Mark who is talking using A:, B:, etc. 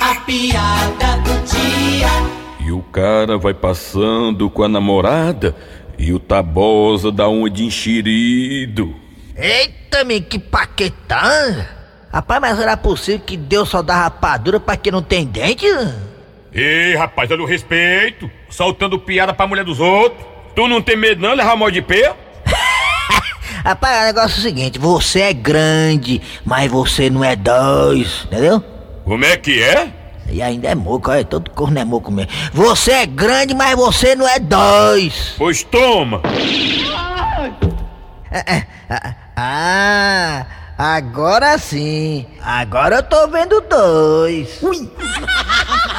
A: A piada do dia.
B: E o cara vai passando com a namorada e o Tabosa dá uma de enxerido.
C: Eita, men, que paquetã! Rapaz, mas era possível que Deus só dá rapadura pra quem não tem dente?
D: Ei, rapaz, olha o respeito. Saltando piada pra mulher dos outros. Tu não tem medo não, levar mal de pé?
C: Rapaz, o negócio é o seguinte, você é grande, mas você não é dois, entendeu?
D: Como é que é?
C: E ainda é moco, olha, todo corno é moco mesmo. Você é grande, mas você não é dois.
D: Pois toma.
C: É, Ah, agora sim. Agora eu tô vendo dois. Ui.